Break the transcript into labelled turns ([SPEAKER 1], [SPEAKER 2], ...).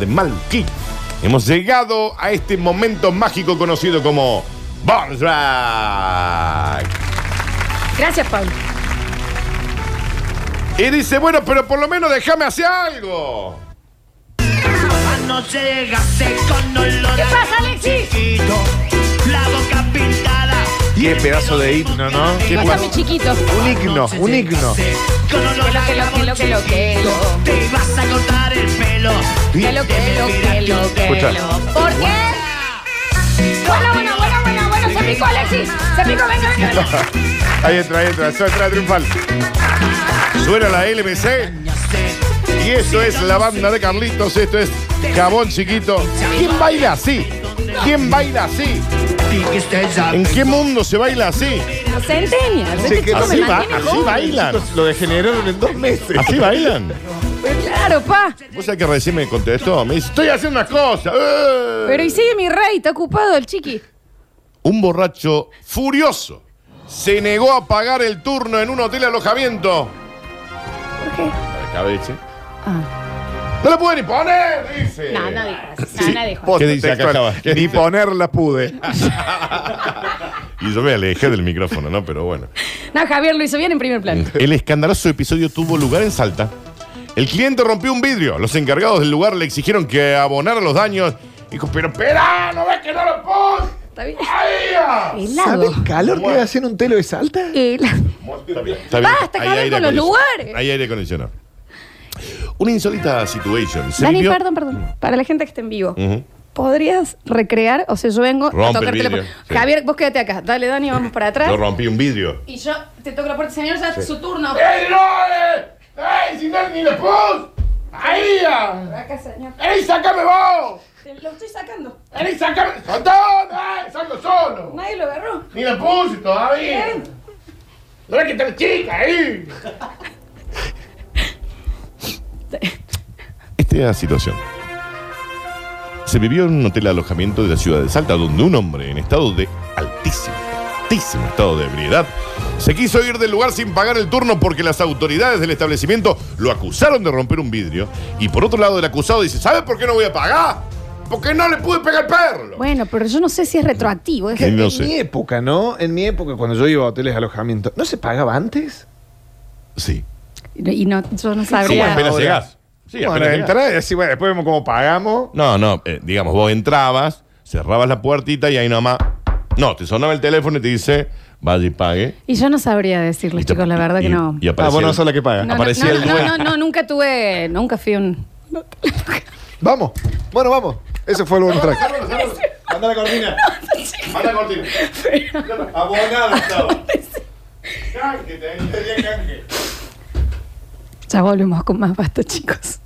[SPEAKER 1] de Malquí. Hemos llegado a este momento mágico conocido como Bonus Track.
[SPEAKER 2] Gracias, Pablo.
[SPEAKER 1] Y dice, bueno, pero por lo menos déjame hacer algo.
[SPEAKER 3] Ah, No llegaste con olor
[SPEAKER 2] ¿Qué
[SPEAKER 3] a
[SPEAKER 2] pasa, Alexis?
[SPEAKER 3] chiquito, la boca pintada.
[SPEAKER 4] Qué pedazo de himno, ¿no?
[SPEAKER 1] ¿Qué
[SPEAKER 2] Pasa mi chiquito.
[SPEAKER 4] Un himno, un himno.
[SPEAKER 3] Con olor a
[SPEAKER 2] Que lo, que lo, que lo, que lo.
[SPEAKER 3] mochecito, Te ibas a cortar el pelo.
[SPEAKER 2] Que lo, que lo, que lo, que
[SPEAKER 4] Escucha.
[SPEAKER 2] lo. ¿Por qué? Ah. Bueno, bueno, bueno, bueno, bueno. Se picó, Alexis. Se picó, venga, venga, venga.
[SPEAKER 1] Ahí entra, ahí entra, eso entra triunfal. Suena la LBC y eso es la banda de Carlitos, esto es Jabón Chiquito. ¿Quién baila así? ¿Quién baila así?
[SPEAKER 3] Dijiste ya.
[SPEAKER 1] ¿En qué mundo se baila así?
[SPEAKER 2] No se enteña.
[SPEAKER 4] Sí, que
[SPEAKER 2] chico me
[SPEAKER 1] Así, va-
[SPEAKER 2] mantiene
[SPEAKER 1] así
[SPEAKER 2] joven.
[SPEAKER 1] bailan,
[SPEAKER 4] Chicos, Lo degeneraron en dos meses.
[SPEAKER 1] así bailan.
[SPEAKER 2] Claro, pa.
[SPEAKER 1] Vos sabés que recién me contestó, me dice, estoy haciendo unas cosas. ¡Eh!
[SPEAKER 2] Pero y sigue mi rey, está ocupado el chiqui.
[SPEAKER 1] Un borracho furioso se negó a pagar el turno en un hotel de alojamiento.
[SPEAKER 2] ¿Por qué?
[SPEAKER 1] Para Cabeche.
[SPEAKER 2] Ah.
[SPEAKER 1] No lo pude ni poner, dice.
[SPEAKER 2] No, no digas.
[SPEAKER 4] Sí,
[SPEAKER 2] No, no dijo.
[SPEAKER 4] posta
[SPEAKER 1] ¿Qué dice acá,
[SPEAKER 4] textual.
[SPEAKER 1] Java? ¿Qué
[SPEAKER 4] Ni
[SPEAKER 1] dice?
[SPEAKER 4] ponerla pude.
[SPEAKER 1] Y yo me alejé del micrófono, ¿no? Pero bueno.
[SPEAKER 2] No, Javier lo hizo bien en primer plano.
[SPEAKER 1] El escandaloso episodio tuvo lugar en Salta. El cliente rompió un vidrio. Los encargados del lugar le exigieron que abonara los daños. Dijo, pero espera, ¿no ves que no lo puse?
[SPEAKER 2] Está bien.
[SPEAKER 1] ¡Ay, ya!
[SPEAKER 2] Helado.
[SPEAKER 4] el calor que hacer un telo de salta?
[SPEAKER 2] Helado.
[SPEAKER 1] Está bien, está bien.
[SPEAKER 2] Basta,
[SPEAKER 1] Hay
[SPEAKER 2] Javier,
[SPEAKER 1] aire
[SPEAKER 2] con los
[SPEAKER 1] acondicionado.
[SPEAKER 2] lugares.
[SPEAKER 1] Hay aire acondicionado. Una insólita situación. Se
[SPEAKER 2] Dani,
[SPEAKER 1] vivió-
[SPEAKER 2] perdón, perdón. Para la gente que está en vivo.
[SPEAKER 1] Ujú.
[SPEAKER 2] ¿Podrías recrear? O sea, yo vengo a
[SPEAKER 1] Rompe el
[SPEAKER 2] tocarte la
[SPEAKER 1] vidrio,
[SPEAKER 2] puerta.
[SPEAKER 1] sí.
[SPEAKER 2] Javier, vos quédate acá. Dale, Dani, vamos para atrás.
[SPEAKER 1] Yo rompí un vidrio.
[SPEAKER 2] Y yo te toco la puerta, señor, ya es su turno.
[SPEAKER 1] ¡Ey, no! eh! ¡Ey, si no, ni le pus! ¡Ahí ya!
[SPEAKER 2] Acá, señor.
[SPEAKER 1] ¡Ey, sácame vos!
[SPEAKER 2] Te lo estoy sacando.
[SPEAKER 1] ¡Ey, sácame! ¡Soltón! ¡Ey, salgo solo!
[SPEAKER 2] Nadie lo agarró.
[SPEAKER 1] ¡Ni le puse todavía!
[SPEAKER 2] Bien.
[SPEAKER 1] ¡No es que está la chica ahí! Esta situación se vivió en un hotel de alojamiento de la ciudad de Salta, donde un hombre en estado de altísimo, altísimo estado de ebriedad se quiso ir del lugar sin pagar el turno porque las autoridades del establecimiento lo acusaron de romper un vidrio. Y por otro lado, el acusado dice: ¿Sabe por qué no voy a pagar? Porque no le pude pegar el perro.
[SPEAKER 2] Bueno, pero yo no sé si es retroactivo. Es
[SPEAKER 1] ¿Qué?
[SPEAKER 2] que-
[SPEAKER 4] En
[SPEAKER 1] No sé.
[SPEAKER 4] mi época, ¿no? En mi época, cuando yo iba a hoteles de alojamiento, ¿no se pagaba antes?
[SPEAKER 1] Sí.
[SPEAKER 2] Y no, yo no
[SPEAKER 1] Sí,
[SPEAKER 2] sabría.
[SPEAKER 1] apenas
[SPEAKER 4] ahora.
[SPEAKER 1] llegás. Sí,
[SPEAKER 4] bueno,
[SPEAKER 1] apenas llegás.
[SPEAKER 4] entrás y decís, bueno, después vemos cómo pagamos.
[SPEAKER 1] No, no, eh, digamos, vos entrabas, cerrabas la puertita y ahí nomás. No, te sonaba el teléfono y te dice, vaya y pague.
[SPEAKER 2] y yo no sabría decirles,
[SPEAKER 1] Y te-
[SPEAKER 2] chicos, la verdad que
[SPEAKER 1] y-
[SPEAKER 2] no.
[SPEAKER 1] y
[SPEAKER 2] No,
[SPEAKER 1] aparecía
[SPEAKER 4] Ah, vos no
[SPEAKER 1] el-
[SPEAKER 4] sos la que paga.
[SPEAKER 2] no,
[SPEAKER 1] aparecía
[SPEAKER 2] no,
[SPEAKER 1] el
[SPEAKER 2] no,
[SPEAKER 1] dueño.
[SPEAKER 2] no, no, nunca tuve, nunca fui un...
[SPEAKER 4] Vamos. Bueno, vamos. Ese fue el bonus track.
[SPEAKER 1] Manda la cortina. Manda la cortina. Abonado estaba. Canje, tenía canje.
[SPEAKER 2] Ya volvemos con más basta, chicos.